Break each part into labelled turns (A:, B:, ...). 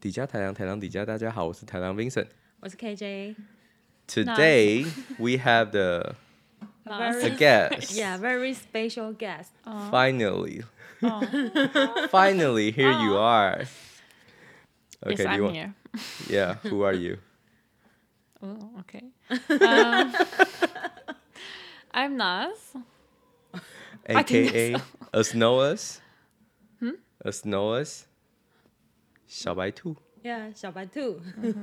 A: 底加台郎，台郎底加，大家好，我是台郎 Vincent。
B: 我是 KJ。
A: Today we have the a
B: Very-
A: guest.
B: Yeah, very special guest.
C: Oh.
A: Finally, finally here you are. do
C: yes, Oh. I'm
A: you want?
C: here.
A: Yeah, who are you?
C: Oh, okay. Um, I'm Nas. I think Hmm?
A: AKA us know us. Us know us. 小白 兔
B: Yeah, 小白兔。This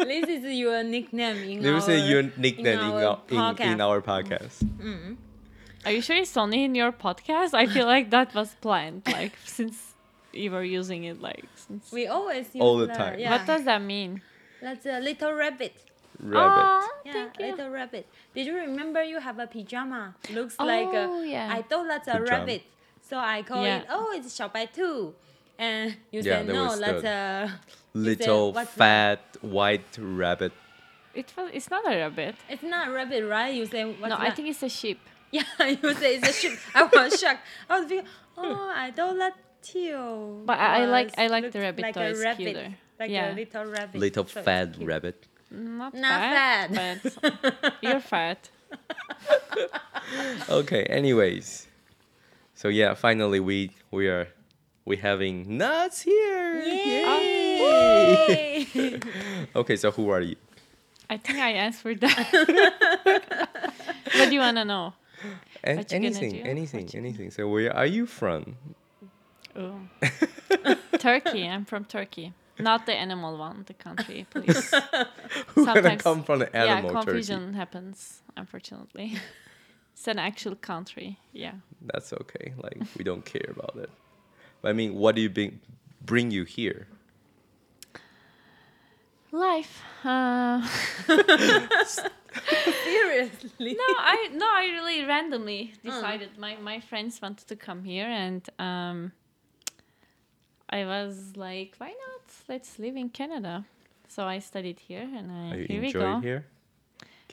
C: Uh-huh.
B: is your nickname in
A: There was a
B: our-
A: unique
B: in
A: name in
B: our
A: our, in, in
B: podcast.
A: our podcast.
C: Are you sure it's only in your podcast? I feel like that was planned, like since you were using it, like since.
B: We always use
A: All the
B: that,
A: time.
B: Yeah.
C: What does that mean?
B: That's a little rabbit.
A: Rabbit.
C: Oh,
B: Yeah,
C: thank you.
B: little rabbit. Did you remember you have a pajama? Looks like a,
C: Oh, yeah.
B: I thought that's a
A: Pajama.
B: rabbit, so I call it.
C: Yeah.
B: Oh, it's 小白兔. And you
A: Yeah,
B: said
A: that
B: no,
A: was
B: that's
A: the-
B: a you said,
A: Little
B: "What's
A: fat
B: that?"
A: white rabbit.
C: It was. It's not a rabbit.
B: It's not a rabbit, right? You say what's
C: no, I
B: that?"
C: think it's a sheep.
B: Yeah, you say it's a ship. I was shocked. I was thinking, oh, I don't like teal.
C: But I- I like-
B: was-
C: I like
B: looked
C: the rabbit
B: like
C: though,
B: a
C: it's
B: rabbit,
C: cuter.
B: Like
C: Yeah.
B: a little rabbit.
A: Little
B: so it's
A: fat
B: cute.
A: rabbit.
C: Not,
B: Not
C: fat,
B: fat.
C: but you're fat.
A: Okay. Anyways, so yeah, finally we we are we having nuts here. Yay!
B: Yay!
A: okay. So who are you?
C: I think I answered that. what do you wanna know?
A: An-
C: What you gonna
A: anything,
C: do?
A: anything,
C: What you-
A: anything. So where are you from?
C: Oh. Turkey. I'm from Turkey. Not the animal one, the country, please.
A: Who gonna
C: Sometimes-
A: come from the animal
C: yeah,
A: turkey?
C: confusion happens, unfortunately. it's an actual country. Yeah.
A: That's okay. Like we don't care about it. But I mean, what do you bring bring you here?
C: Life. Uh,
B: Seriously.
C: no, I no, I really randomly decided. My my friends wanted to come here, and um, I was like, why not? Let's live in Canada. So I studied here, and I
A: Are you
C: here we
A: enjoy
C: go.
A: it here,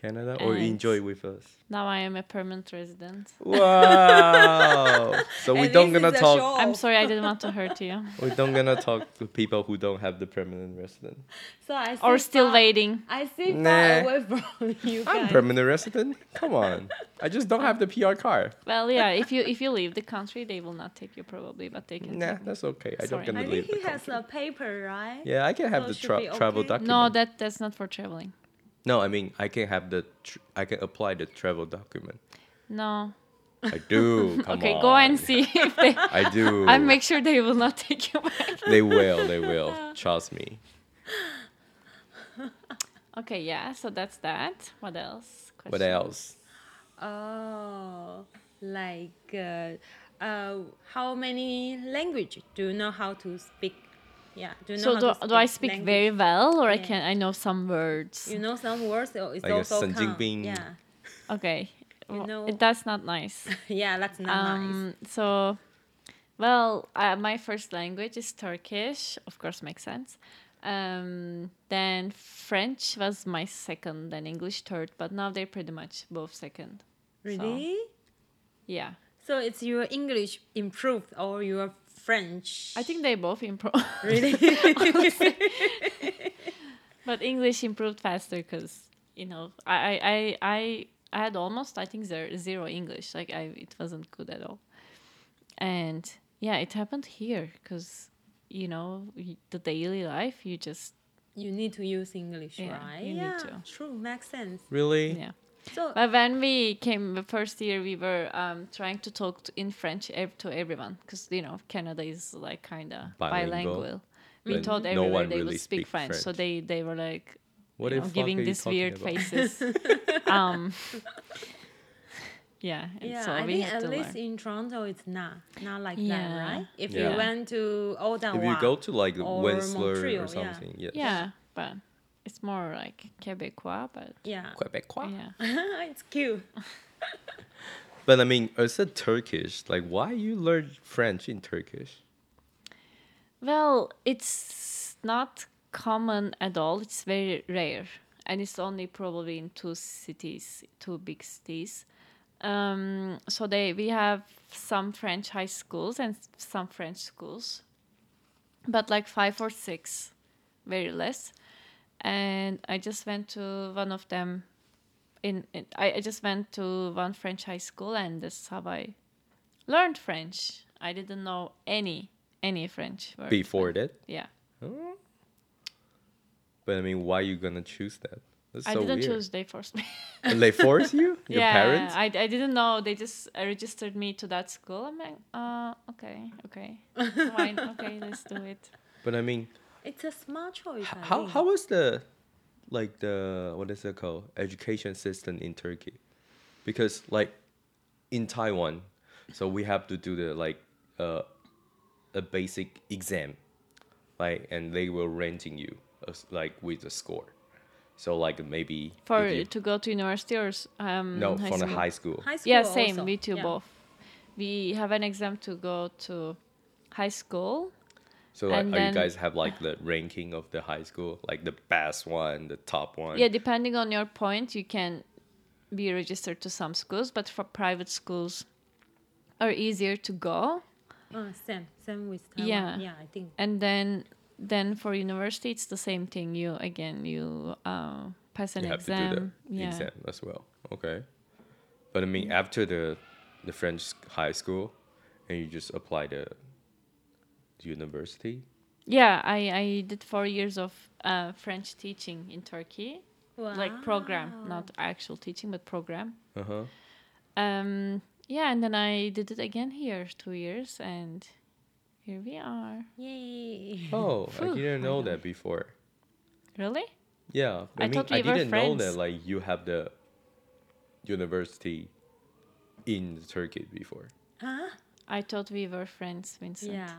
A: Canada, or you
C: And-
A: enjoy with us?
C: Now I am a permanent resident.
A: Wow! so we
B: At
A: don't
B: least
A: gonna
B: it's a
A: talk.
B: show.
C: I'm sorry, I didn't want to hurt you,
A: We don't gonna talk to people who don't have the permanent resident.
B: So I sit
C: or still
B: far-
C: waiting.
B: I sit
A: Nah.
B: far away from you
A: I'm
B: guys.
A: permanent resident. Come on. I just don't have the PR card.
C: Well, yeah, if you if you leave the country, they will not take you probably, but they can.
A: Nah,
C: take
A: that's okay. I don't
C: Sorry.
A: gonna
B: I
A: leave.
B: think
A: the
B: he has
A: country.
B: a paper, right?
A: Yeah, I can have
C: Oh,
B: so
A: the
B: it should
A: tra-
B: be
A: travel
B: okay.
A: document.
C: No, that that's not for traveling.
A: no, I mean I can have the tr- I can apply the travel document.
C: No.
A: I do. Come
C: Okay,
A: on.
C: go and see if they.
A: I do.
C: I make sure they will not take you back.
A: They will. They will. Trust me.
C: Okay, yeah. So that's that. What else?
A: What else?
B: Oh, like uh, uh, how many language do you know how to speak? Yeah, do you know
C: So
B: how
C: do,
B: to speak
C: do I speak
B: language?
C: very well, or I
B: Yeah.
C: can I know some words?
B: You know some words, so it's
A: Like a
B: also
A: San
B: count.
A: Jinping.
B: Yeah,
C: Okay, Well,
B: know-
C: it- that's not nice.
B: yeah, that's not Oh, nice.
C: Um, so, well, uh, my first language is Turkish. Of course, makes sense. Um, then French was my second, then English third. But now they're pretty much both second.
B: Really?
C: Yeah,
B: So. it's your English improved or your French?
C: I think they both improve,
B: really.
C: but English improved faster because you know I I I. I I had almost, I think, zer- zero English. Like, I, it wasn't good at all. And yeah, it happened here because, you know, y- the daily life, you just,
B: you need to use English,
C: Yeah,
B: right?
C: you need
B: yeah,
C: to.
B: true, makes sense.
A: Really?
C: yeah.
B: So
C: But when we came the first year, we were um, trying to talk to, in French ev- to everyone because you know Canada is like kind of
A: Bilingual.
C: bilingual. We
A: But
C: thought
A: no
C: everywhere
A: one
C: they
A: really
C: would speak
A: speak
C: French, so
A: French.
C: they they were like
A: What
C: you
A: if
C: know, giving these weird faces. um, yeah, and
B: yeah,
C: so
B: I
C: we
B: think
C: had
B: at
C: to
B: least
C: learn.
B: in Toronto it's not not like that,
C: Yeah.
B: right? If
A: Yeah.
B: you went to Ottawa,
A: If you go to like
B: or
A: Wensler
B: Montreal,
A: or
B: yeah.
A: something, yes.
C: Yeah, but it's more like Quebecois, but
B: yeah,
A: Quebecois.
C: yeah.
B: it's cute.
A: But I mean, it's a Turkish. Like, why you learn French in Turkish?
C: Well, it's not common at all. It's very rare, and it's only probably in two cities, two big cities. Um, so they we have some French high schools and some French schools, but like five or six, very less. And I just went to one of them. In, in I, I just went to one French high school, and that's how I learned French. I didn't know any any French word.
A: before that?
C: Yeah,
A: Oh. But I mean, why you gonna choose that? That's
C: I
A: so
C: didn't
A: weird.
C: choose. They forced me.
A: And they force you? Your
C: yeah,
A: parents?
C: I, I didn't know. They just uh, registered me to that school. I'm like, uh, okay, okay, fine, okay, let's do it.
A: But I mean,
B: It's a smart choice.
A: h-
B: I
A: how
B: think.
A: how was the like the what is it called education system in Turkey? Because like in Taiwan, so we have to do the like uh, a basic exam, like and they will ranking you as, like with a score. So like maybe if
C: For
A: you-
C: to go to university or s- um,
A: no
C: high
A: from the
C: school?
A: high school.
B: High school
C: yeah, same.
B: also.
C: We too
B: Yeah.
C: both. We have an exam to go to high school.
A: So like,
C: And
A: are you
C: then-
A: guys have like the ranking of the high school, like the best one, the top one?
C: Yeah, depending on your point, you can be registered to some schools, but for private schools are easier to go.
B: Uh, same, same with Taiwan.
C: Yeah.
B: yeah, I think.
C: and then then for university it's the same thing you again you uh, pass an
A: you have
C: exam
A: to do the
C: yeah Mm.
A: exam as well. Okay, but I mean after the the French sc- high school, and you just apply the the university.
C: yeah i i did four years of uh, french teaching in turkey like program
B: Wow.
C: not actual teaching but program
A: Uh huh.
C: um yeah and then i did it again here two years and here we are
B: Yay.
A: Oh, I
C: Phew.
A: didn't know that before.
C: really
A: Yeah, I,
C: I
A: mean
C: thought
A: I
C: we were
A: didn't know that
C: friends.
A: like you have the university in Turkey before.
B: Huh?
C: i thought we were friends vincent
B: Yeah.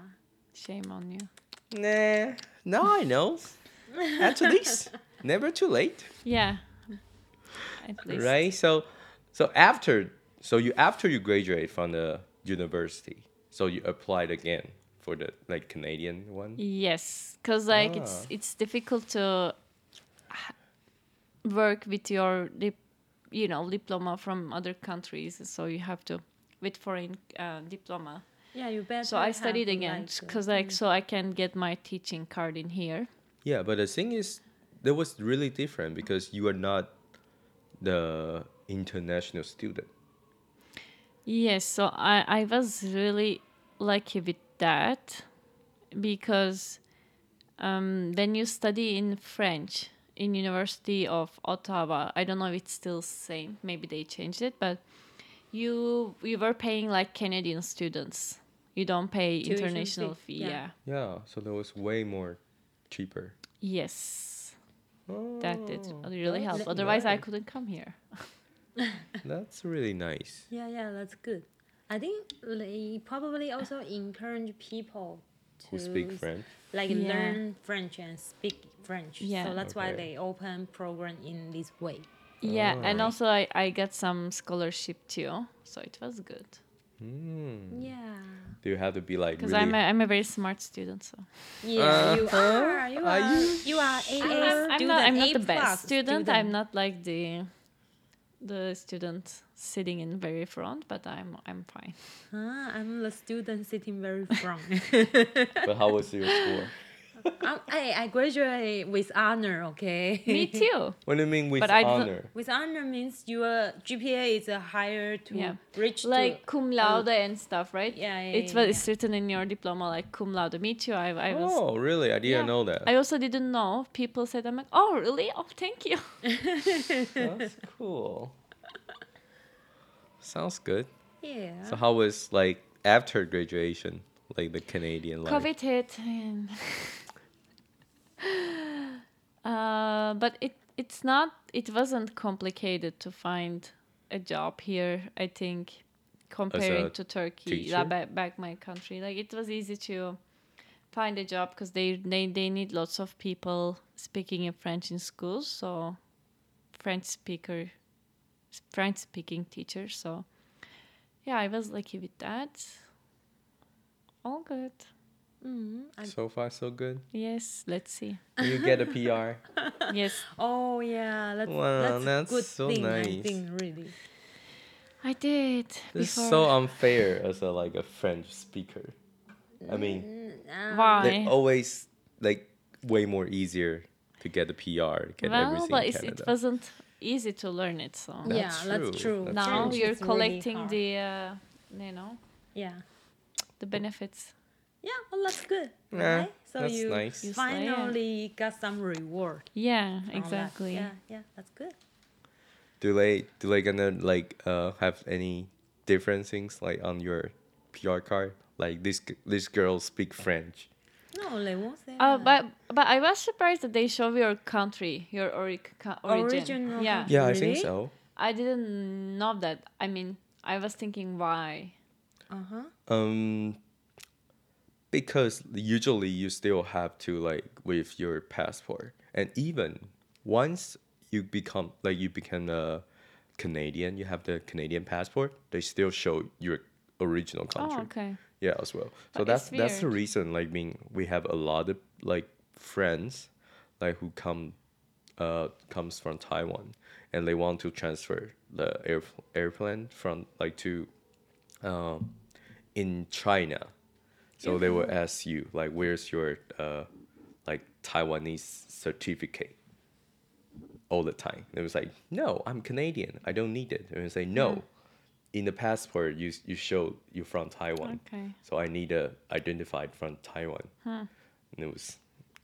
C: shame on you
A: Nah, now I know. At least never too late.
C: yeah at least
A: right so so after so you after you graduate from the university so you applied again for the like canadian one
C: Yes, because like it's
A: Ah.
C: it's difficult to h- work with your dip, you know diploma from other countries, so you have to with foreign uh, diploma.
B: Yeah, you better.
C: So I
B: have,
C: studied again
B: like, uh,
C: because like so I can get my teaching card in here.
A: yeah but the thing is that was really different because you are not the international student
C: Yes, so I, I was really lucky with that because um, then you study in French in University of Ottawa. I don't know if it's still same. Maybe they changed it, but you you were paying like Canadian students. You don't pay
B: Tuition fee,
C: international fee.
B: yeah.
C: Yeah.
A: yeah so that was way more cheaper Oh,
C: Yes. That did
B: Oh,
C: really
A: that's
C: help. Otherwise, I
A: nice.
C: couldn't come here.
A: that's really nice
B: Yeah, yeah, that's good. I think they probably also encourage people to
A: who speak french
B: like
C: Yeah.
B: learn French and speak French.
C: Yeah.
B: So that's why
A: Okay.
B: they open program in this way.
C: Yeah, and
A: Oh.
C: also I, I got some scholarship too, so it was good.
A: mm.
B: Yeah.
A: do you have to be like
C: Because
A: really
C: I'm a, I'm a very smart student, so.
B: Yeah, you
A: Uh-huh.
B: are. You
A: Are
B: are.
A: you
B: You, are AA
C: I'm,
B: student.
C: I'm not, I'm not the
B: A
C: best
B: plus
C: student. I'm not like the the student sitting in very front, but I'm I'm fine.
B: Ah, I'm the student sitting very front.
A: but how was your score
B: I'm- I I graduate with honor. Okay.
C: Me too.
A: what do you mean with
C: But I don't-
A: honor
B: With honor means your GPA is uh, higher to
C: Yeah.
B: reach
C: Like
B: to,
C: cum laude and stuff, right?
B: Yeah, yeah,
C: It's
B: yeah,
C: what it's
B: yeah.
C: written in your diploma, like cum laude. Me too. I I was.
A: oh really i didn't
C: Yeah.
A: know that
C: I also didn't know. People said, "I'm like, oh, really? Oh, thank you."
A: That's cool. Sounds good.
B: yeah.
A: So how was like after graduation, like the Canadian life?
C: COVID hit, and uh, but it it's not it wasn't complicated to find a job here. I think comparing to Turkey, yeah,
A: teacher?
C: back, back my country, like it was easy to find a job because they, they they need lots of people speaking in French in schools, so French speaker, French speaking teachers. So yeah, I was lucky with that. All good.
B: Mhm. I-
A: So far, so good.
C: Yes, let's see.
A: You get a PR.
C: Yes,
B: Oh yeah, that's,
A: Wow,
B: that's,
A: that's
B: a good
A: so
B: thing.
A: nice.
B: I think really.
C: I did.
A: This is
C: before.
A: so unfair as a like a French speaker. I mean,
B: Mm, Ah.
C: Why?
A: They always like way more easier to get the PR, get
C: well,
A: everything
C: but
A: in
C: it's,
A: Canada.
C: it wasn't easy to learn it. So
A: That's
B: yeah, that's
A: true.
B: true.
A: That's
C: now
A: true.
C: you're
B: It's really
C: collecting
B: hard.
C: the, uh, you know,
B: yeah.
C: the benefits.
B: Yeah, well, that's good.
A: Yeah,
B: right? So
A: that's
B: you
A: nice.
C: You slay it.
B: finally got some reward.
C: Yeah,
B: from that.
C: exactly.
B: Yeah, yeah, that's good.
A: do they do they gonna like uh have any different things like on your PR card? Like this g- this girl speak French.
B: No, they won't say
C: Uh,
B: that.
C: but but I was surprised that they show your country, your oric co- origin.
B: Original
C: Yeah,
B: country.
A: Yeah, I think
B: Really?
A: so.
C: I didn't know that. I mean, I was thinking why.
B: uh huh.
A: Um, because usually you still have to like with your passport, and even once you become like you become a Canadian, you have the Canadian passport. They still show your original country.
C: Oh, okay.
A: Yeah, as well. So
C: But
A: that's
C: it's
A: that's the
C: weird.
A: reason. Like, being we have a lot of like friends, like who come, uh, comes from Taiwan, and they want to transfer the air, airplane from like to, um, in China, so they will ask you like, where's your uh, like Taiwanese certificate. All the time, they was like, "No, I'm Canadian. I don't need it." And they say,
C: Hmm.
A: "No, in the passport, you you show you're from Taiwan."
C: Okay.
A: So I need a identified from Taiwan. And it was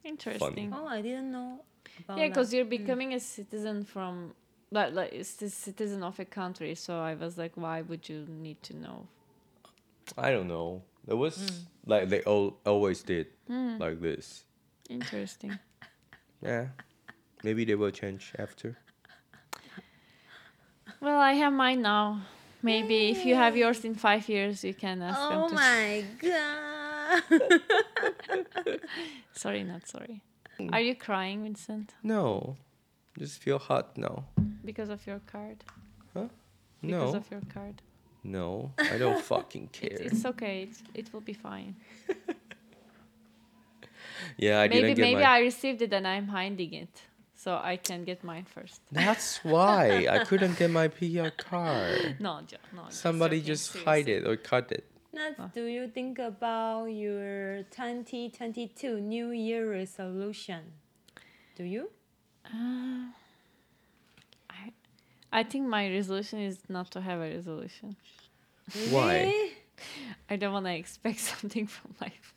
C: Interesting.
B: Oh, I didn't know about
C: Yeah, because
B: that.
C: you're becoming a citizen from, like, like it's the citizen of a country. So I was like, why would you need to know?
A: I don't know. It was
C: Hmm.
A: like they all always did like this.
C: Interesting.
A: Yeah. Maybe they will change after.
C: well, I have mine now. Maybe if you have yours in five years, you can ask them
B: Oh
C: to.
B: my god.
C: Sorry, not sorry. Are you crying, Vincent,
A: No. Just feel hot now.
C: because of your card? Because
A: No.
C: of your card.
A: No. I don't fucking
C: It's,
A: care.
C: it's okay. It, it will be fine.
A: yeah, I
C: maybe
A: didn't get
C: maybe
A: my
C: I received it and I'm hiding it, so I can get mine first.
A: That's why I couldn't get my PR card.
C: No, jo- no.
A: Somebody just hide it or cut it.
B: Nat, do you think about your 2022 New Year resolution? Do you?
C: I, I think my resolution is not to have a resolution.
A: Why?
B: Really?
C: I don't want to expect something from life.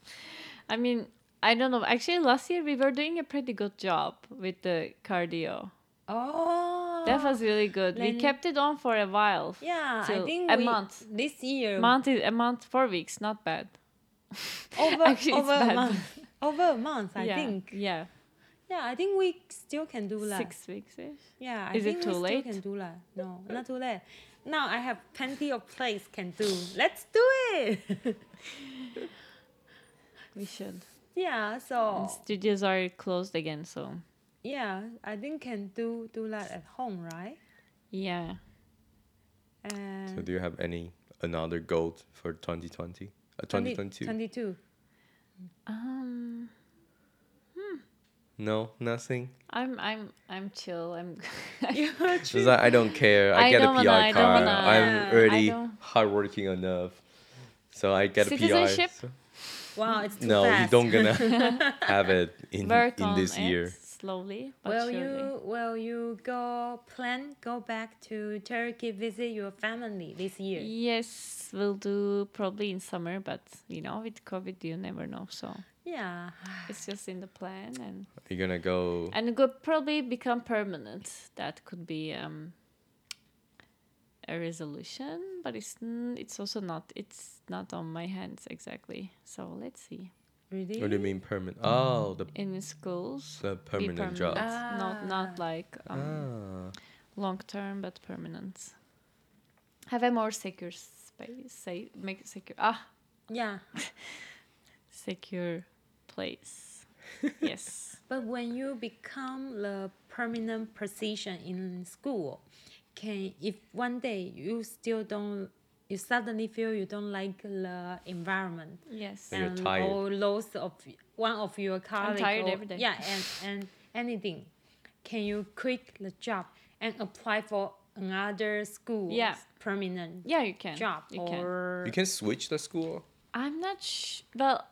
C: I mean, I don't know. Actually, last year we were doing a pretty good job with the cardio.
B: Oh.
C: That was really good.
B: Then-
C: we kept it on for a while.
B: Yeah, I
C: till
B: think
C: a
B: we-
C: month.
B: this year
C: Month is a month, four weeks, not bad.
B: over
C: Actually, it's
B: over a
C: bad.
B: month. Over a month, I
C: yeah,
B: think.
C: Yeah,
B: Yeah, I think we still can do that.
C: six weeks ish.
B: Yeah, I
C: Is it
B: think
C: too
B: we
C: late?
B: Still can do that. No, not too late. Now I have plenty of plays can do. Let's do it.
C: We should.
B: yeah. So
C: Studios are closed again, so
B: yeah, I think can do do that at home, right?
C: yeah.
B: And
A: So do you have any another goal for 2020? Uh,
B: 20
A: 2022?
B: 22.
C: Um,
A: No, nothing.
C: I'm I'm I'm chill. I'm.
A: She's like, I don't care. I,
C: I
A: get a PR
C: don't wanna- I don't
A: card.
C: wanna-
A: I'm
B: Yeah.
A: already
C: I don't-
A: hardworking enough. So I get a
C: Citizenship?
A: PR. so-
B: Wow, it's too
A: No,
B: fast.
A: you don't gonna have it in,
C: work
A: in
C: on
A: this
C: it
A: year.
C: slowly. But
B: Will
C: surely.
B: you will you go plan go back to Turkey visit your family this year?
C: Yes, we'll do probably in summer, but you know, with COVID, you never know. So
B: Yeah.
C: it's just in the plan, and
A: You're gonna go.
C: and it could probably become permanent. That could be um a resolution, but it's n- it's also not it's not on my hands exactly. So let's see.
B: Really?
A: What do you mean permanent? Oh, the
C: In schools,
A: the
C: be
A: permanent job.
B: Ah.
C: permanent, Uh, Not not like um,
A: Ah.
C: long term, but permanent. Have a more secure space. Say make it secure. Ah.
B: Yeah.
C: secure place. yes.
B: But when you become the permanent position in school, can if one day you still don't you suddenly feel you don't like the environment
C: Yes.
A: Yeah. You're
B: and
A: tired.
B: Um, or lost of one of your colleagues
C: tired
B: or,
C: every day.
B: yeah and and anything can you quit the job and apply for another school
C: Yeah.
B: permanent
C: Yeah, you can.
B: job
C: You can.
B: or
A: You can switch the school.
C: I'm not sh- well.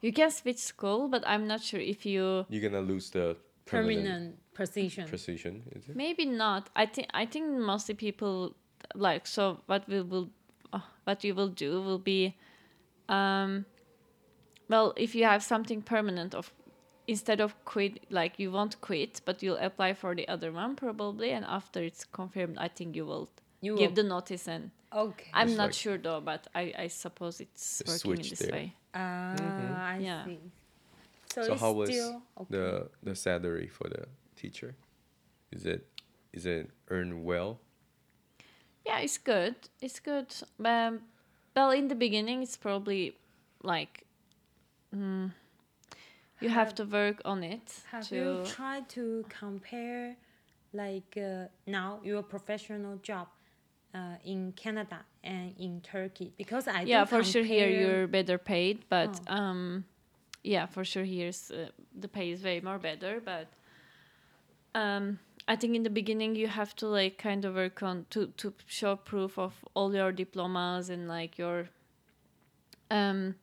C: you can switch school, but I'm not sure if you
A: You're gonna lose the permanent,
B: Permanent precision.
A: precision. Is it?
C: maybe not. I think I think mostly people like so what we will uh, what you will do will be um well, if you have something permanent of instead of quit like you won't quit, but you'll apply for the other one probably and after it's confirmed, I think you will
B: You
C: give
B: will-
C: the notice and
B: Okay.
C: I'm
A: It's
C: not
A: like-
C: sure though, but I, I suppose it's
A: It's
C: working in
A: switched
C: this
A: there.
C: way.
B: Ah, I
C: Yeah.
B: see. So,
A: So
B: it's
A: how was
B: still okay.
A: the the salary for the teacher? Is it is it earned well?
C: Yeah, it's good. It's good. Um, well, in the beginning, it's probably like mm, you have to work on it.
B: Have you
C: to,
B: tried to compare, like uh, now your professional job, uh, in Canada and in Turkey? Because I do
C: yeah, for sure here
B: compare- Oh.
C: you're better paid, but um, yeah, for sure here's uh, the pay is way more better, but um, I think in the beginning you have to like kind of work on to to show proof of all your diplomas and like your um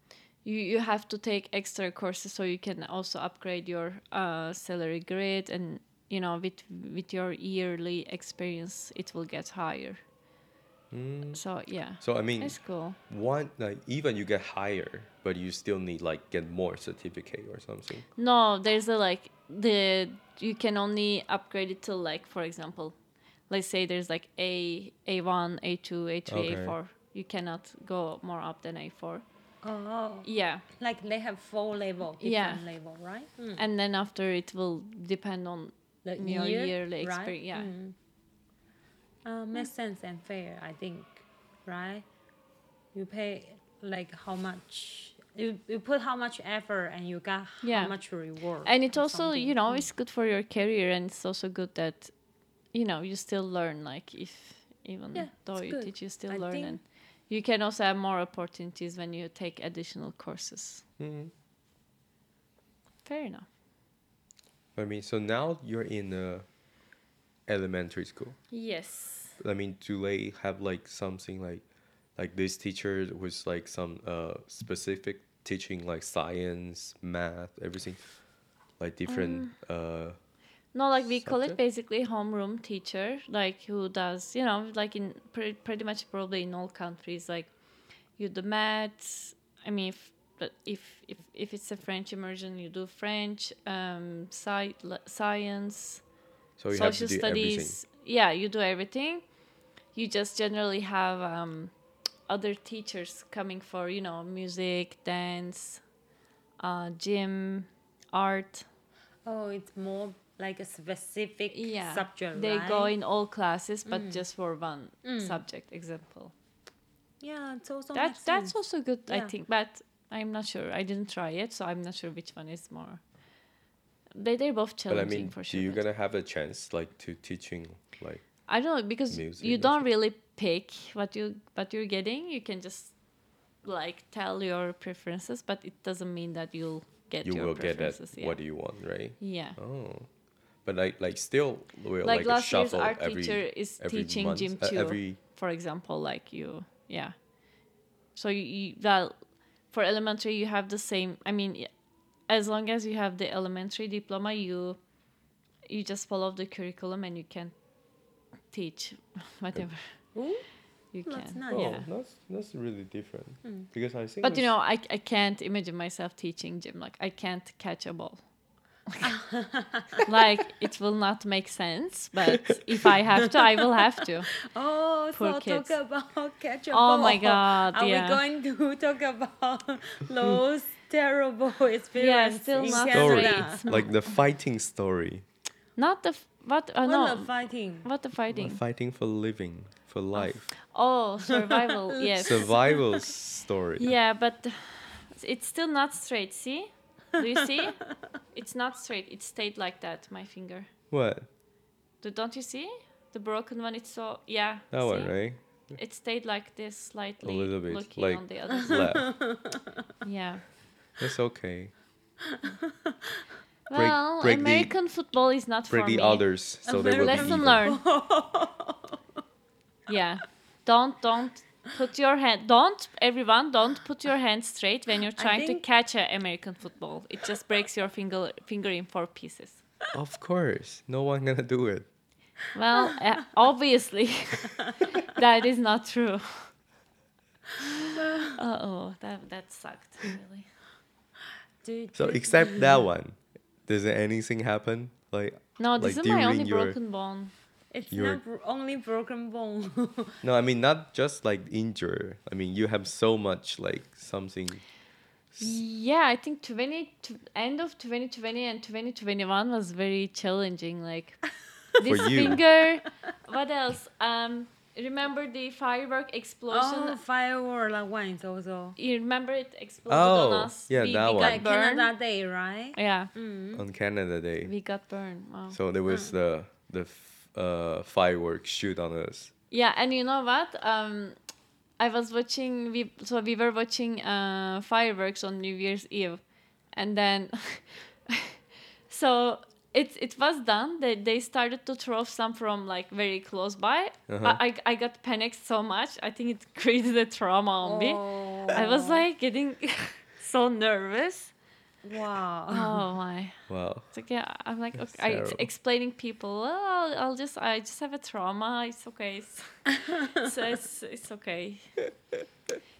C: you you have to take extra courses so you can also upgrade your uh salary grade and you know with with your yearly experience it will get higher so yeah
A: So I mean,
C: it's cool
A: one like even you get higher, but you still need like get more certificate or something.
C: No, there's a like the you can only upgrade it till like for example, let's say there's like A A one, A two, A three,
A: Okay.
C: A four. You cannot go more up than A four.
B: Oh,
C: Yeah,
B: like they have four level, different
C: Yeah.
B: level, right? Mm.
C: and then after it will depend on
B: The
C: your
B: year,
C: yearly
B: right? Mm.
C: experience. Yeah,
B: Uh, makes sense and fair, I think, right? You pay like how much you, you put how much effort and you got
C: Yeah.
B: how much reward.
C: and it
B: or
C: also
B: something.
C: you know it's good for your career, and it's also good that you know you still learn. Like if even
B: Yeah,
C: though
B: it's
C: you
B: good.
C: teach, you still
B: I
C: learn,
B: think-
C: and you can also have more opportunities when you take additional courses. Fair enough.
A: I mean, so now you're in uh, elementary school.
C: Yes.
A: I mean, do they have like something like like this teacher with like some uh specific teaching like science, math, everything, like different
C: Um,
A: uh
C: No, like we call it
A: Subject?
C: basically homeroom teacher, like who does, you know, like in pre- pretty much probably in all countries, like you do maths. I mean, if but if if, if it's a French immersion, you do French, um, sci- li- science,
A: so you have to
C: social
A: do everything.
C: studies. Yeah, you do everything. You just generally have um, other teachers coming for you know music, dance, uh, gym, art.
B: oh, it's more like a specific
C: yeah
B: subject.
C: they
B: right? Mm.
C: go in all classes but just for one subject example
B: Yeah, it's also
C: that
B: makes
C: that's
B: sense.
C: also good i
B: Oh, Yeah.
C: think but i'm not sure i didn't try it so i'm not sure which one is more they, they're both
A: But I mean,
C: challenging for
A: do
C: sure
A: you
C: but-
A: gonna have a chance like to teaching like
C: i don't know because
A: Music
C: you
A: or
C: don't really pick what you what you're getting you can just like tell your preferences but it doesn't mean that you'll get
A: you
C: your
A: will get that
C: preferences yeah
A: what do you want, right?
C: yeah
A: Oh, but like like still will
C: like,
A: like,
C: last year's
A: shuffle
C: art
A: every
C: teacher is
A: every
C: teaching
A: month,
C: gym
A: uh,
C: too
A: every
C: for example like you yeah so you, you well for elementary you have the same i mean y- as long as you have the elementary diploma you you just follow the curriculum and you can teach whatever
B: Ooh,
C: you
B: that's
C: can
B: nice.
A: Oh,
C: yeah
A: that's that's really different because I think.
C: but you
A: it's-
C: know I, I can't imagine myself teaching gym like i can't catch a ball like it will not make sense but if i have to i will have to
B: Oh,
C: Poor
B: so
C: kids.
B: talk about catch a
C: Oh
B: ball.
C: my God,
B: Are
C: yeah.
B: we going to talk about those terrible experiences?
C: still
B: in
C: not
A: story,
B: Canada?
C: great.
A: like the fighting story,
C: Not the f- what? Uh,
B: What
C: no,
B: the fighting?
C: what the
A: the
C: fighting?
A: fighting for living, for life,
C: Oh, survival. yes.
A: survival story.
C: Yeah, but it's still not straight. See? Do you see? it's not straight. It stayed like that. My finger.
A: What
C: Do, don't you see? The broken one. It's so yeah.
A: that one,
C: see?
A: right?
C: It stayed like this slightly.
A: little bit,
C: Looking
A: like-
C: on the other. Side.
A: Left.
C: Yeah.
A: It's okay. Break-
C: well,
A: break the-
C: American football is not
A: Break
C: for
A: the
C: me.
A: others so they will be
C: Lesson
A: even.
C: learned. yeah. Don't don't Put your hand. Don't everyone. Don't put your hand straight when you're trying to
B: think-
C: catch a American football. It just breaks your finger finger in four pieces.
A: of course, no one gonna do it.
C: Well, uh, obviously, that is not true. Uh oh, that that sucked really.
B: Do,
A: So
B: do-
A: except that one, does anything happen? Like
C: No, this
A: Like
C: is my
A: during
C: only
A: your-
C: broken bone.
B: it's
A: you're-
B: not bro- only broken bone.
A: no, I mean not just like injury. I mean you have so much like something.
C: Yeah, I think 20 t- end of 2020 and 2021 was very challenging. Like this
A: you.
C: finger. What else? Um, remember the firework explosion?
B: oh, firework like wines also.
C: You remember it exploded
A: Oh,
C: on us?
A: yeah,
C: we,
A: that
C: we
A: one.
C: got
B: Like
C: burned.
B: Canada Day, right?
C: Yeah,
A: on Canada Day.
C: we got burned. Wow.
A: So there was the the f- uh, fireworks shoot on us.
C: Yeah, and you know what? Um, I was watching. We so we were watching uh, fireworks on New Year's Eve, and then so it it was done. They they started to throw some from like very close by.
A: Uh-huh.
C: I, I I got panicked so much. I think it created a trauma on me.
B: Oh,
C: I was like getting so nervous.
B: wow.
C: Oh my.
A: Wow.
C: It's like, yeah, I'm like,
A: That's
C: okay, I, it's
A: terrible.
C: explaining people, oh, I'll, I'll just, I just have a trauma. It's okay. It's, so it's, it's okay.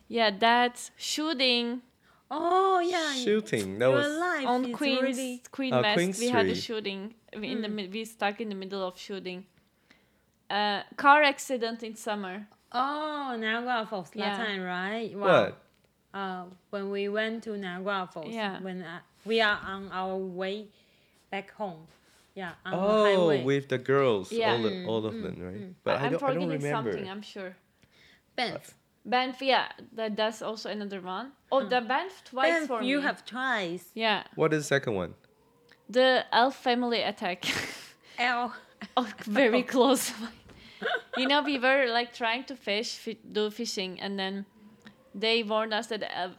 C: Yeah, that shooting
B: Oh yeah.
A: Shooting. That
B: Your
A: was
B: life
C: on
B: is
C: Queen's
B: really- Mm.
C: Queen
A: Uh,
C: West,
A: Queen
C: we had a
A: Street.
C: shooting we in the mid we stuck in the middle of shooting. Uh, car accident in summer.
B: Oh, Niagara Falls
C: Yeah.
B: last time, right? Wow.
A: what?
B: Uh, when we went to Niagara Falls.
C: Yeah.
B: When uh, we are on our way back home. Yeah. On
A: Oh,
B: the highway.
A: with the girls,
C: Yeah.
A: all, the, all of them, right? But I,
C: am
A: don't, I don't
C: forgetting
A: remember.
C: something. I'm sure.
B: Banff.
C: Banff, yeah, that, that's also another one. Oh, the Banff twice
B: Banff,
C: for
B: Mm. you
C: me.
B: have twice.
C: yeah,
A: What is the second one?
C: the elf family attack.
B: L.
C: Oh, very close. you know, we were like trying to fish, fi- do fishing, and then they warned us that uh,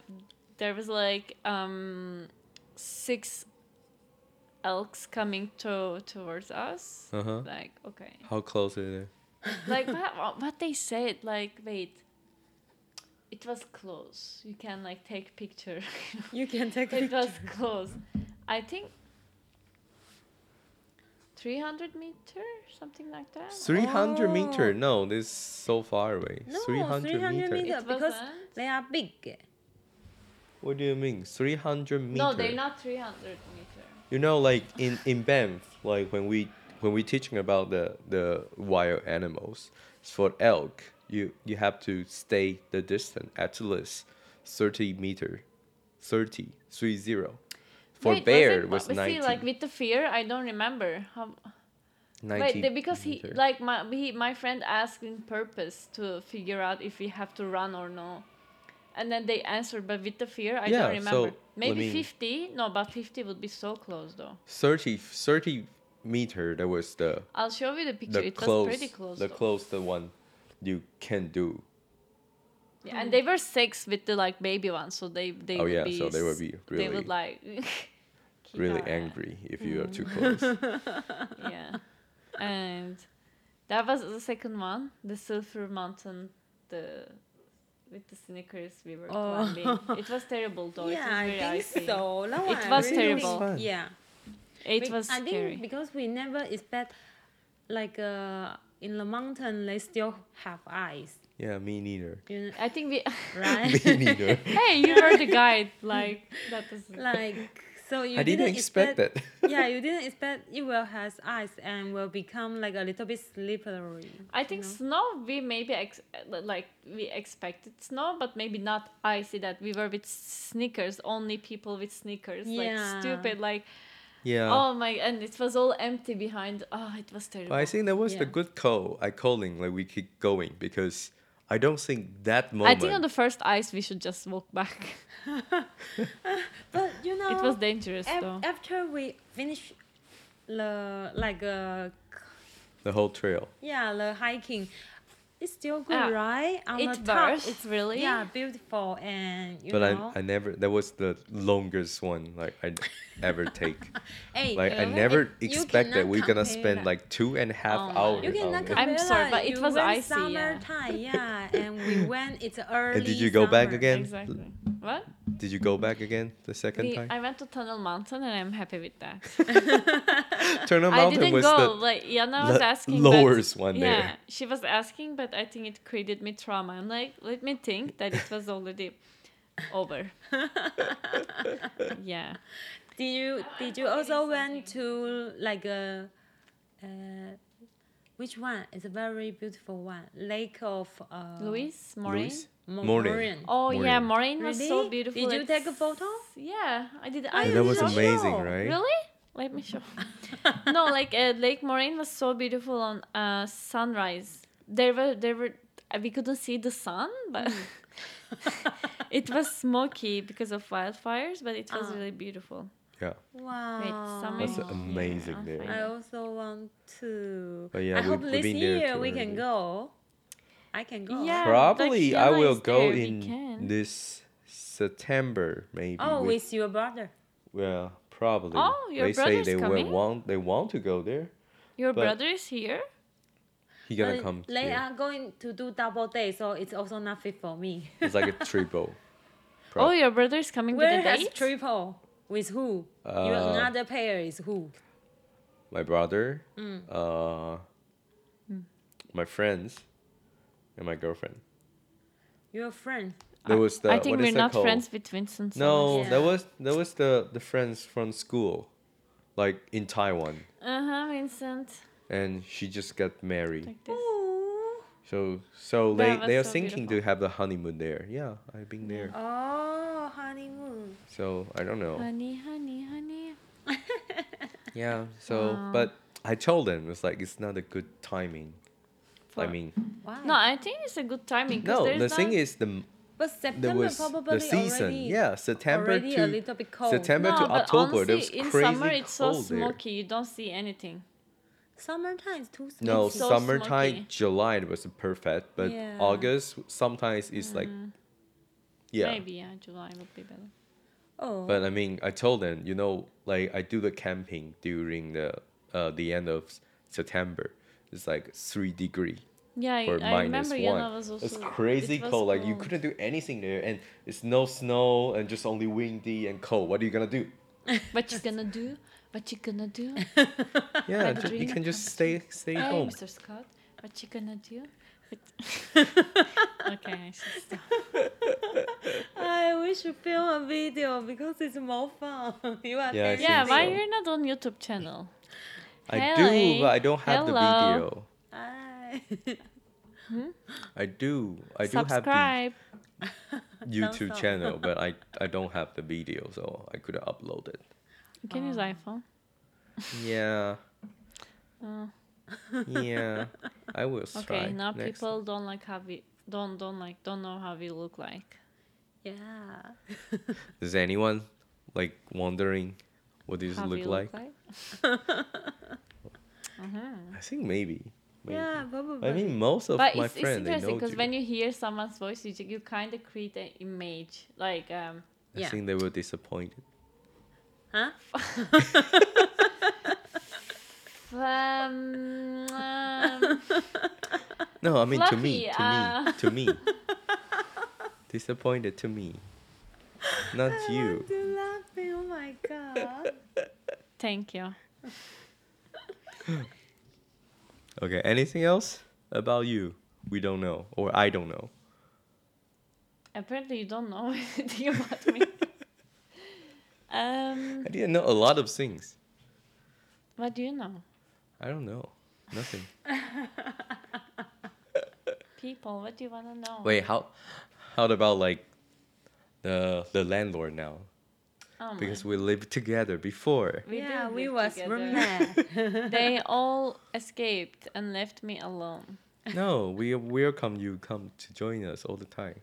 C: there was like um six elks coming to towards us.
A: Uh huh.
C: Like okay,
A: How close is it?
C: like what, what- what they said. Like wait, it was close. You can like take picture.
B: You can take
C: it was
B: picture.
C: close. I think. 300 meter something like that
A: 300 meter.
B: Oh.
A: No, this is so far away.
B: No,
A: 300,
B: 300
A: meter.
B: meter. Yeah,
C: It
B: because
C: wasn't?
B: They are big.
A: What do you mean? 300 meter.
C: No, they're not 300 meter.
A: You know, like in in Banff, like when we when we teaching about the the wild animals for elk, you you have to stay the distance at least thirty meter, 30, 30. For
C: Wait, was
A: bear
C: it-
A: was,
C: but
A: ninety.
C: See, like with the fear, I don't remember how.
A: 90
C: Wait, the- because he
A: meter.
C: like my he, my friend asked in purpose to figure out if we have to run or no, and then they answered, but with the fear, I
A: Yeah,
C: don't remember.
A: so, I
C: Maybe
A: mean-
C: 50? No, but 50 would be so close though.
A: 30, 30 meter. That was the
C: I'll show you the picture.
A: the
C: it
A: close,
C: was pretty close.
A: the
C: though.
A: close the one you can do.
C: Yeah, and they were six with the like baby one, so they they
A: Oh,
C: would
A: yeah,
C: be
A: so they would
C: s-
A: be
C: they
A: really-
C: would like kick
A: Really
C: our ass.
A: angry if you are too
C: Mm.
A: close.
C: yeah and that was the second one the silver mountain the with the sneakers we were
B: Oh.
C: climbing it was terrible though
B: yeah,
C: it was very
B: I think
C: icy.
B: so. That one
C: It
B: I
C: was
B: really
C: terrible.
B: think-
A: Fun.
B: Yeah.
C: it
B: Be-
C: was
B: I
C: scary
B: think because we never expect, like uh, in the mountain, they still have ice,
A: yeah, me neither.
B: you
C: i think we
A: me
B: know, right?
A: neither.
C: hey you were the guide like that was
B: like so you
A: I didn't expect that.
B: yeah, you didn't expect it will has ice and will become like a little bit slippery.
C: i think
B: No.
C: snow we maybe ex- like we expected snow but maybe not icy that we were with sneakers only people with sneakers
B: Yeah.
C: like stupid like
A: yeah.
C: oh my and it was all empty behind oh it was terrible
A: But I think that was the
B: Yeah.
A: good call. I calling like we keep going because I don't think that
C: I
A: moment.
C: think on the first ice we should just walk back.
B: But you know,
C: It was dangerous
B: af-
C: though.
B: after we finish the like uh,
A: the whole trail.
B: Yeah, the hiking. It It's still good,
C: Ah,
B: right? On
C: it
B: the top,
C: burst,
B: it's
C: really?
B: yeah beautiful and you
A: But
B: know.
A: I, I never. That was the longest one like I ever take.
B: hey,
A: Like I
C: Really?
A: never
B: It- you
A: expect that
B: cannot
A: we're gonna
B: compare
A: spend
B: that.
A: like two and a half
C: Oh my.
A: hours.
B: you
A: on
B: cannot
A: it.
B: compare
C: I'm sorry,
B: that.
C: but it
B: You
C: was
B: went
C: icy, yeah.
B: Summertime, yeah, and we went. It's early.
A: did you go back
B: summer.
A: again?
C: Exactly. What?
A: Did you go back again the second
C: We,
A: time?
C: I went to Tunnel Mountain and I'm happy with that.
A: Turner
C: I
A: Mountain
C: didn't
A: was
C: go.
A: the
C: like Yana
A: la-
C: was asking.
A: lowest
C: but,
A: one
C: yeah,
A: there.
C: she was asking, but I think it created me trauma. I'm like, let me think that it was already over. yeah.
B: Did you
C: Ah,
B: did you also went to like a uh, which one? It's a very beautiful one. Lake of uh,
C: Luis, Maureen.
A: Luis?
B: Mo-
A: Morin.
B: Morin.
C: Oh yeah,
A: Maureen.
C: Maureen was so
B: Really?
C: beautiful.
B: Did you
C: It's-
B: take a photo?
C: Yeah, I did.
B: Yeah,
C: I
A: that was
C: did.
A: amazing,
B: show.
A: right?
C: Really? Let me show. no, like uh, Lake Moraine was so beautiful on uh, sunrise. There were there were uh, we couldn't see the sun, but it was smoky because of wildfires. But it was
B: Ah.
C: really beautiful.
A: Yeah,
B: Wow.
C: Wait, summer.
A: That's
C: here,
A: amazing
C: I'll
A: there.
C: find
B: I
C: it.
B: also want to.
A: But yeah,
B: I
A: we-
B: hope
A: we've
B: this
A: been there uh,
B: year
A: too
B: we can
A: already.
B: go. I can go.
C: Yeah. like
A: probably I
C: Fiona
A: will
C: is
A: go
C: there, we
A: in
C: can.
A: this September maybe.
B: Oh,
A: with-
B: with your brother.
A: well, probably.
C: Oh, your
A: they say
C: brother's
A: they will
C: coming?
A: want they want to go there.
C: Your
A: But-
C: brother is here.
A: He gonna
B: But
A: come.
B: They
A: here.
B: are going to do double day, so it's also not fit for me.
A: It's like a triple.
C: Oh,
A: Prob-
C: your brother is coming
B: Where
C: to the
B: has
C: date.
B: triple? With who? your
A: Uh,
B: another pair is who?
A: My brother,
C: Mm.
A: uh, my friends, and my girlfriend.
B: Your friend.
A: That was the
C: I think
A: what
C: we're
A: is that
C: not
A: called?
C: friends with Vincent. so
A: No,
B: Yeah.
A: that was that was the the friends from school, like in Taiwan,
C: much. Uh huh, Vincent.
A: and she just got married.
C: Like this.
A: So so
C: That
A: they they are
C: was so
A: thinking to
C: beautiful.
A: have the honeymoon there. Yeah, I've been there.
B: Oh, honeymoon.
A: So I don't know.
C: Honey, honey, honey.
A: Yeah. So
C: Wow.
A: but I told them it's like it's not a good timing. I
C: For-
A: mean,
B: Wow.
C: No, I think it's a good timing. 'cause
A: no.
C: there's
A: The thing
C: not-
A: is the
B: but
A: there
B: September
A: was
B: probably
A: the season.
B: already.
A: yeah, September
B: already a
A: to
B: little bit cold.
A: September to
C: no, but
A: October. there
C: honestly,
A: was
C: in
A: crazy
C: summer it's so
A: cold there.
C: smoky. You don't see anything.
B: Summertime is too sweet.
A: No,
C: It's so
A: summertime,
C: smoky.
A: July it was perfect, but
B: Yeah.
A: August sometimes it's like, yeah.
C: Mm. Maybe yeah, July would be better.
B: Oh.
A: But I mean, I told them, you know, like I do the camping during the uh, the end of s- September. It's like three degree
C: Yeah, I,
A: or
C: I
A: minus
C: remember
A: one.
C: Yana was also.
A: it's crazy
C: it was
A: cold. Like you couldn't do anything there, and it's no snow and just only windy and cold. What are you gonna do?
C: What you gonna do? What you gonna do?
A: Yeah,
C: Have a
A: ju- you
C: drink,
A: can just stay stay
C: Hey,
A: home.
C: Mr. Scott, what you gonna do? What- okay, I should stop.
B: I wish you film a video because it's more fun. you
A: Yeah, I
B: are telling
A: think
C: Yeah,
B: me.
A: so.
C: why you're not on YouTube channel?
A: I do, but I don't have
C: Hello.
A: the video.
B: I-
A: I do. I do have the
C: Subscribe.
A: YouTube
B: Thumbs up.
A: channel, but I, I don't have the video, so I couldn't upload it.
C: You can use iPhone.
A: Yeah,
C: Oh,
A: yeah. I will try.
C: okay, now
A: next
C: people don't like how we don't don't like don't know how we look like.
B: yeah.
A: time. Is anyone like wondering what this
C: How
A: look
C: we
A: like?
C: Mhm.
A: I think maybe. maybe.
B: Yeah, probably.
A: I mean, most of
C: but
A: my
C: it's, it's
A: friends they know.
C: interesting because
A: you.
C: when you hear someone's voice you, ju- you kind of create an image like um
A: I
B: Yeah.
A: think they were disappointed.
B: huh?
C: um, um,
A: No, I mean to me, to
C: Fluffy, uh.
A: me, to me. disappointed to me. Not you.
B: I'm still laughing. Oh my god.
C: thank you
A: Okay. Anything else about you? We don't know, or I don't know.
C: apparently you don't know anything about me um
A: I didn't know a lot of things.
C: what do you know
A: I don't know. Nothing.
C: people what do you want to know
A: Wait, how how about like the the landlord now?
C: oh my-
A: Because we lived together before.
C: we
B: yeah,
C: did
B: we
C: live
B: was
C: together.
B: roommate.
C: they all escaped and left me alone
A: No, we welcome you come to join us all the time.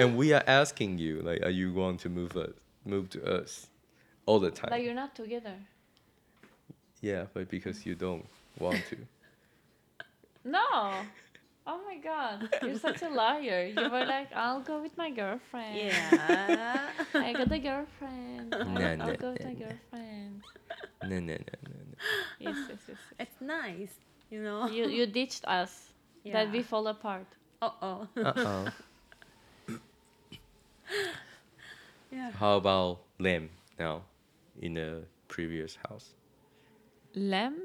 A: and we are asking you, like, are you going to move us move to us all the time?
C: but you're not together
A: yeah, but because you don't want to.
C: no Oh my god, you're such a liar. You were like, I'll go with my girlfriend.
B: Yeah.
C: I got a girlfriend. I'll,
A: Nah, nah,
C: I'll go with
A: nah,
C: my
A: nah.
C: girlfriend.
A: No, no, no, no,
C: Yes, yes, yes. yes.
B: it's nice, you know.
C: You you ditched us. That we
B: Yeah.
C: fall apart.
B: Uh oh.
A: no. Uh
B: yeah.
A: oh. How about Lam now in the previous house?
C: Lem?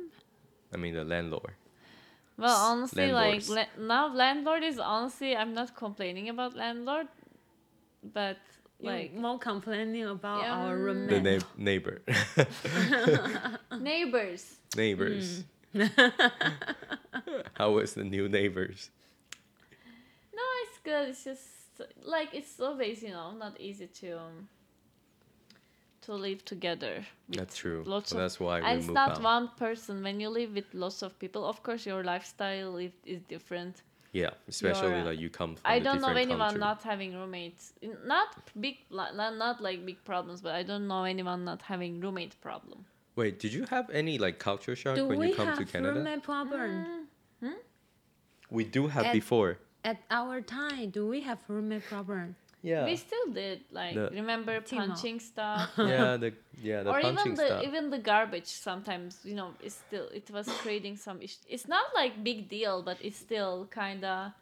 A: I mean, the landlord.
C: Well, honestly,
A: landlords.
C: like la- now landlord is honestly, I'm not complaining about landlord, but
B: Like
C: like
B: more complaining about our
C: Um,
A: The
B: roommate.
A: na- neighbor.
C: neighbors.
A: neighbors.
C: Hmm.
A: How was the new neighbors?
C: No, it's good. It's just like it's always you know not easy to um, to live together. with
A: That's true.
C: Lots
A: so
C: of
A: that's why we
C: and it's
A: moved
C: not
A: out.
C: one person. When you live with lots of people, of course your lifestyle is, is different.
A: Yeah, especially
C: You're, uh,
A: like you come from
C: I
A: a
C: don't know
A: different
C: anyone
A: country.
C: not having roommates. N- Not big, li- not, not like big problems, but I don't know anyone not having roommate problem.
A: Wait, did you have any like culture shock
B: Do
A: when
B: we
A: you come
B: have
A: to Canada?
B: roommate problem?
C: Mm.
A: We do have
B: At-
A: before.
B: At our time, do we have roommate problem?
A: Yeah.
C: We still did like
A: The-
C: remember
B: Timo.
C: punching stuff.
A: yeah, the yeah, the
C: or
A: punching
C: even the
A: stuff.
C: even the garbage sometimes you know it's still it was creating some issue it's not like big deal but it's still kind of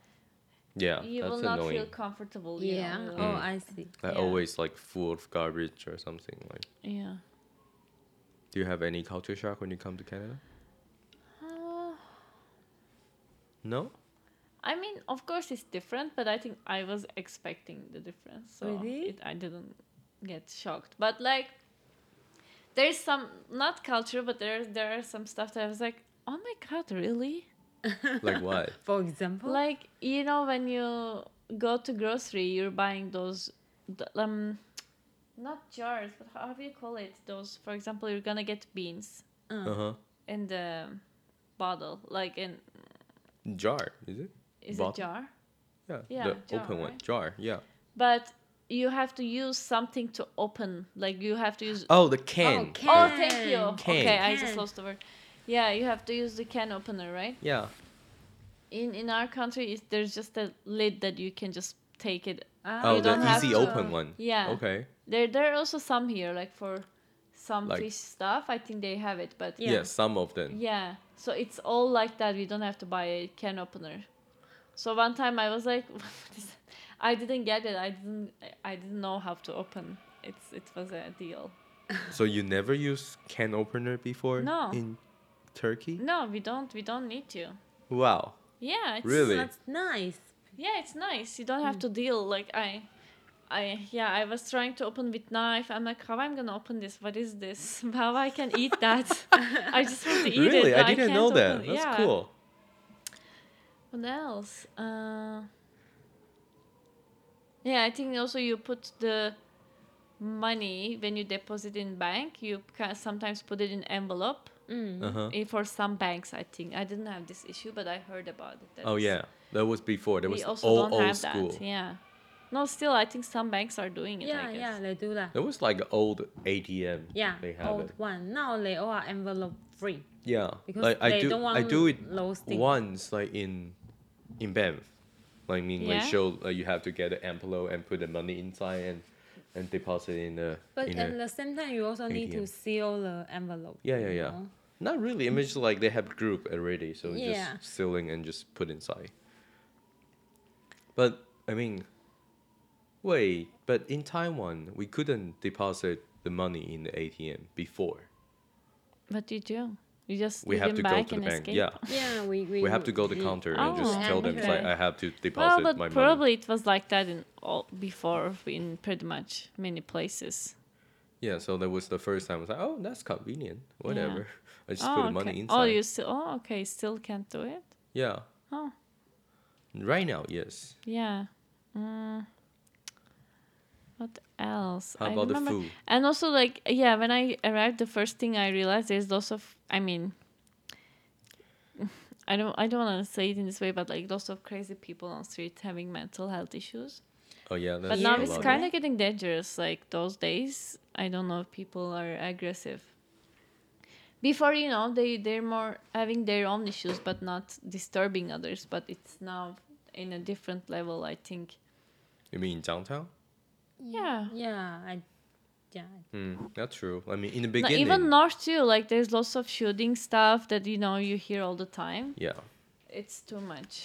A: yeah,
C: you
A: that's
C: will not
A: annoying.
C: feel comfortable you
B: Yeah.
A: Mm.
C: know,
B: Oh,
C: you'll-
B: I see.
A: like
C: yeah.
A: always like full of garbage or something. Like,
C: yeah
A: do you have any culture shock when you come to Canada?
C: Uh,
A: No.
C: i mean of course it's different but i think i was expecting the difference so
B: Really?
C: it, i didn't get shocked but like there's some not culture but there there are some stuff that i was like oh my god really
A: Like what?
B: For example,
C: Like you know when you go to grocery, you're buying those th- um not jars, but how do you call it? Those for example, you're gonna get beans
A: Uh huh.
C: in the bottle, like in
A: Jar is it?
C: is
A: Bottle?
C: it jar?
A: Yeah.
C: Yeah,
A: the
C: jar,
A: open one.
C: right?
A: Jar. Yeah.
C: But you have to use something to open. Like you have to use.
A: Oh, the can.
B: can.
C: Oh, thank you.
A: Can.
C: Okay, I just
B: Can.
C: lost the word. Yeah, you have to use the can opener, right?
A: Yeah.
C: In in our country, it's, there's just a lid that you can just take it.
A: Oh,
C: you don't
A: the
C: have
A: easy
C: to-
A: open one.
C: Yeah.
A: Okay.
C: There, there are also some here, like for some
A: Like-
C: fish stuff. I think they have it, but
B: Yeah.
A: Yeah. some of them.
C: yeah. So it's all like that. We don't have to buy a can opener. So one time I was like, what is that? I didn't get it. I didn't. I- I didn't know how to open. It's it was a deal.
A: So you never used can opener before?
C: No.
A: In Turkey?
C: No, we don't. We don't need to.
A: Wow.
C: Yeah. It's,
A: Really?
B: That's nice.
C: Yeah, it's nice. You don't have to deal. Like I, I yeah. I was trying to open with knife. I'm like, how I'm gonna open this? What is this? How I can eat that? I just want to eat it.
A: really?
C: but
A: I didn't
C: can't
A: know that.
C: open it.
A: That's
C: Yeah.
A: cool.
C: What else? Uh, yeah, I think also you put the money when you deposit in bank. You ca- sometimes put it in envelope.
A: Uh huh.
C: Eh, For some banks, I think I didn't have this issue, but I heard about it. that
A: Oh
C: it's-
A: yeah, that was before. That
C: we
A: was
C: also
A: old
C: don't
A: old
C: have
A: school.
C: that. Yeah. No, still, I think some banks are doing it.
B: Yeah,
C: I guess.
B: yeah, they do that.
A: That was like old ATM.
B: Yeah,
A: they have
B: old
A: it.
B: one. Now they all are envelope free.
A: Yeah,
B: Because
A: like I
B: they
A: do.
B: don't
A: I
B: want
A: do it
B: those things.
A: once, like in, in Banff, like in
C: Yeah.
A: Malaysia, like you have to get an envelope and put the money inside and, and deposit in the.
B: But
A: in
B: at
A: the-
B: the same time, you also need to
A: ATM.
B: seal the envelope.
A: yeah, yeah,
B: you
A: yeah.
B: know?
A: Not really. I mean, it's just like they have group already, so it's
B: Yeah.
A: just sealing and just put inside. But I mean, wait. But in Taiwan, we couldn't deposit the money in the ATM before.
C: What do you do? You just
A: we
C: leave
A: have
C: him
A: to go
C: back
A: to the
C: and
A: bank.
C: escape.
A: Yeah,
B: Yeah, we we,
A: we have to go to
B: we-
A: the counter and just
C: Oh,
A: tell them it's like
C: okay.
A: I have to
C: Well,
A: deposit
C: but
A: my
C: probably
A: money.
C: it was like that in all before in pretty much many places.
A: Yeah, so that was the first time. I was like, oh, that's convenient. Whatever. I just put
C: oh,
A: the
C: okay.
A: money inside.
C: Oh, you still? Oh, okay. Still can't do it.
A: Yeah.
C: Oh,
A: Right now, yes.
C: yeah. Mm. What else?
A: How
C: I
A: about the
C: remember-
A: food?
C: And also, like, yeah, when I arrived, the first thing I realized there's lots of. I mean, I don't. I don't want to say it in this way, but like lots of crazy people on street having mental health issues.
A: Oh yeah, that's
C: But now
A: a
C: it's
A: lot.
C: kind of getting dangerous. Like those days, I don't know if people are aggressive. before you know they they're more having their own issues but not disturbing others but it's now in a different level i think
A: You mean downtown?
C: yeah
B: Yeah, I, yeah,
A: Mm, that's true. I mean, in the
C: No,
A: beginning.
C: even north too like there's lots of shooting stuff that you know you hear all the time
A: yeah.
C: it's too much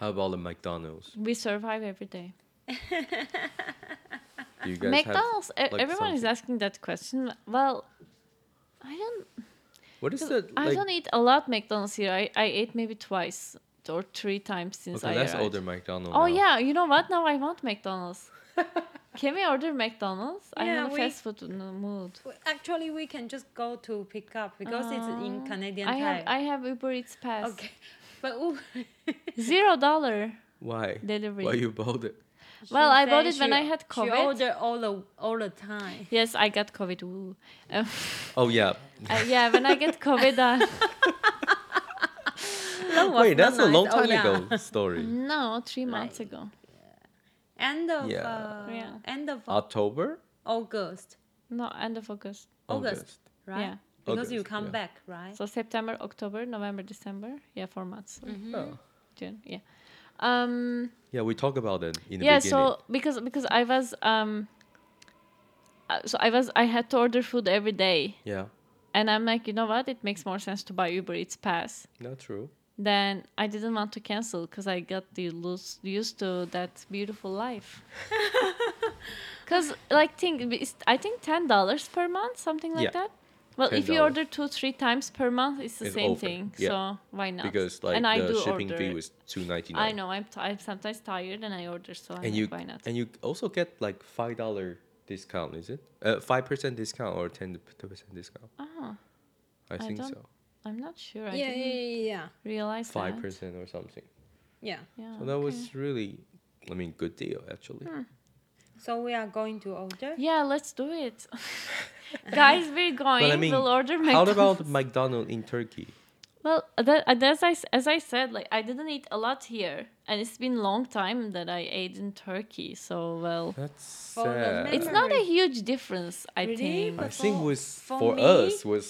A: How about the McDonald's?
C: we survive every day
A: Do you guys have
C: mcdonald's e-
A: like,
C: everyone is
A: something-
C: asking that question well i don't
A: what is
C: Dude,
A: that?
C: I
A: like-
C: don't eat a lot McDonald's here. I, I ate maybe twice or three times since
A: okay,
C: I
A: that's
C: arrived.
A: older McDonald's.
C: Oh
A: now.
C: yeah, you know what? Now I want McDonald's. Can we order McDonald's?
B: Yeah,
C: I'm in a
B: we-
C: fast food n- mood.
B: We- Actually, we can just go to pick up because it's in
C: Um,
B: Canadian
C: I
B: time.
C: have I have Uber Eats Pass.
B: okay, but ooh,
C: Zero dollar
A: Why?
C: delivery.
A: Why you bought it?
C: Well,
B: she
C: I bought
B: said
C: it when
B: she-
C: I had
B: She
C: COVID.
B: order all the all the time.
C: Yes, I got COVID. Woo. Um,
A: Oh yeah.
C: uh, yeah, when I get COVID, uh,
A: Wait, that's a
B: nice.
A: long
B: Oh,
A: time
B: yeah.
A: ago story.
C: no, three months
B: Right.
C: ago.
B: End of
A: Yeah.
B: Uh,
C: Yeah.
B: end of
A: October.
B: August,
C: No, end of August.
B: August. right?
C: Yeah.
B: Because you
A: August,
B: come
A: yeah.
B: back, right?
C: So September, October, November, December. Yeah, four months.
A: Oh.
C: June. Yeah. Um.
A: Yeah, we talked about it in the
C: yeah
A: beginning.
C: so because because i was um uh, so i was i had to order food every day
A: yeah,
C: and i'm like you know what it makes more sense to buy uber eats pass
A: that's true.
C: then i didn't want to cancel because i got the lose, used to that beautiful life because like think it's- i think ten dollars per month something like
A: Yeah.
C: that well if you
A: $10.
C: order two three times per month it's the
A: It's
C: same
A: over,
C: thing
A: yeah.
C: so why not
A: Because like
C: and i
A: the
C: do
A: shipping
C: order
A: fee
C: it.
A: was two ninety nine.
C: i know I'm, t- I'm sometimes tired and i order so I'm
A: And
C: like,
A: you
C: why not
A: and you also get like five dollar discount, is it? Uh, five percent discount or ten percent discount?
C: oh
A: I, think
C: don't-
A: so.
C: I'm not sure. I
B: yeah, yeah,
C: didn't
B: yeah, yeah,
C: realize
A: Five
C: that. Oh,
A: percent or something.
B: yeah.
C: Yeah.
A: So that was really, I mean, good deal actually.
C: Hmm.
B: So we are going to order.
C: Yeah, let's do it, guys. We're going.
A: But I mean,
C: we'll order
A: how
C: McDonald's.
A: about McDonald's in Turkey?
C: Well, that, as I s- as I said, like I didn't eat a lot here, and it's been long time that I ate in Turkey. So well,
A: That's
B: For the
A: sad.
C: it's not a
B: Memory.
C: huge difference. I
B: Really?
C: think.
A: I
B: But
A: think
B: for-
A: was for,
B: for me,
A: us was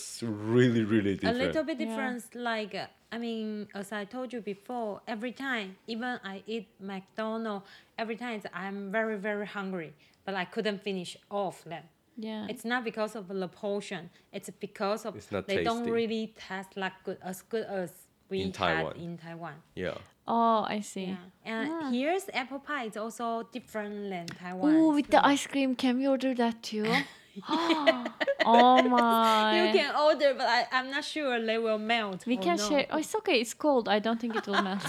A: really really
B: a
A: different.
B: little bit
C: Yeah.
B: different. Like uh, I mean, as I told you before, every time, even I eat McDonald, every time I'm very very hungry, but I couldn't finish all of them.
C: Yeah.
B: It's not because of the portion. It's because of
A: It's not
B: they don't
A: tasty.
B: really taste like good as good as we
A: In
B: had
A: Taiwan.
B: in Taiwan.
A: Yeah.
C: oh, I see.
B: Yeah. And here's apple pie is also different than Taiwan.
C: Oh, with the ice cream, can we order that too? oh my!
B: you can order, but I, I'm not sure they will melt.
C: we
B: or
C: can
B: no.
C: share. Oh, it's okay. It's cold. I don't think it will melt.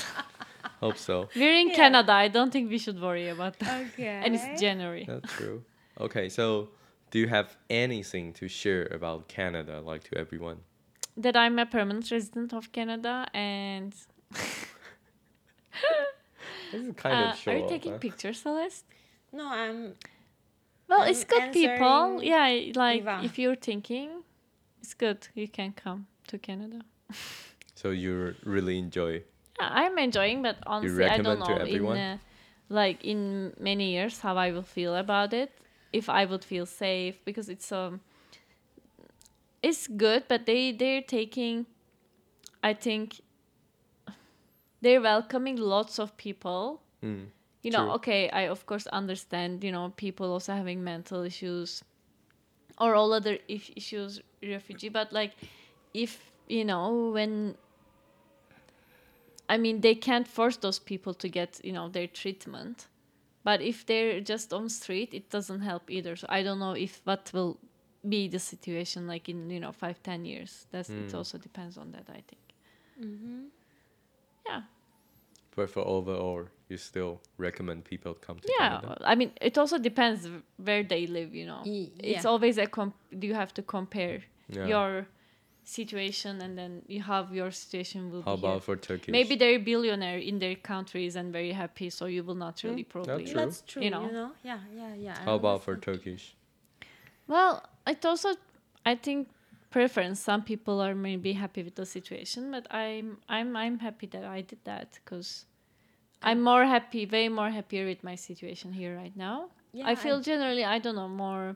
A: Hope so.
C: We're in
B: Yeah.
C: Canada. I don't think we should worry about that.
B: Okay.
C: And it's January.
A: That's true. Okay, so do you have anything to share about Canada, like to everyone?
C: That I'm a permanent resident of Canada and.
A: This is kind
C: Uh,
A: of
C: are
A: short.
C: you taking pictures, Celeste?
B: No, I'm
C: Well,
B: I'm
C: it's good, people.
B: answering
C: Yeah, like
B: Ivan.
C: if you're thinking, it's good. You can come to Canada.
A: So you really enjoy.
C: Yeah, I'm enjoying, but honestly, I don't
A: recommend to
C: know in
A: everyone?
C: uh, like in many years how I will feel about it. If I would feel safe because it's um, it's good, but they they're taking, I think. They're welcoming lots of people.
A: Mm.
C: You know,
A: True.
C: okay, I of course understand. You know, people also having mental issues, or all other if issues, refugee. But like, if you know when I mean, they can't force those people to get, you know, their treatment. But if they're just on street, it doesn't help either. So I don't know if what will be the situation like in, you know, five, ten years. That's it also depends on that, I think. Yeah.
A: But for overall, you still recommend people come to
C: Yeah.
A: Canada?
C: well, I mean, it also depends w- where they live, you know.
B: Y-
C: It's
B: yeah.
C: always a comp you have to compare
A: Yeah.
C: your situation and then you have your situation will
A: How
C: be here.
A: about for Turkish?
C: Maybe they're billionaire in their countries and very happy, so you will not really probably
A: Hmm, true.
B: that's true. You
C: You know.
B: know? Yeah, yeah, yeah. I
A: How about for
B: understand.
A: Turkish?
C: Well, it also, I think, preference. Some people are maybe happy with the situation, but I'm, I'm, I'm happy that I did that because I'm more happy, way more happier with my situation here right now.
B: Yeah,
C: I feel generally, I don't know, more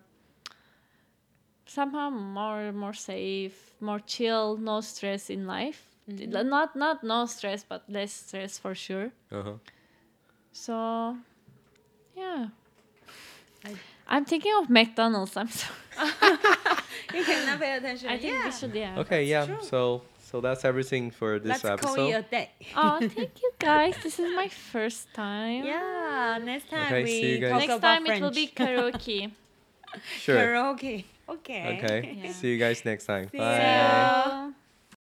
C: somehow more more safe, more chill, no stress in life.
B: Mm-hmm.
C: Not not no stress, but less stress for sure.
A: Uh huh.
C: So, yeah.
B: I-
C: I'm thinking of McDonald's. I'm sorry.
B: You cannot pay attention.
C: I think
B: yeah.
C: we should, yeah.
A: Okay, yeah.
B: true.
A: So so that's everything for this
B: Let's call it a
A: episode.
B: day.
C: Oh, thank you guys. This is my first time.
B: Yeah, next time
A: Okay,
B: we
A: see you guys.
B: talk
C: Next
B: about
C: time
B: French.
C: it will be karaoke.
A: Sure.
B: karaoke. Okay.
A: Okay.
C: Yeah.
A: See you guys next time.
B: See
A: Bye.
B: ya.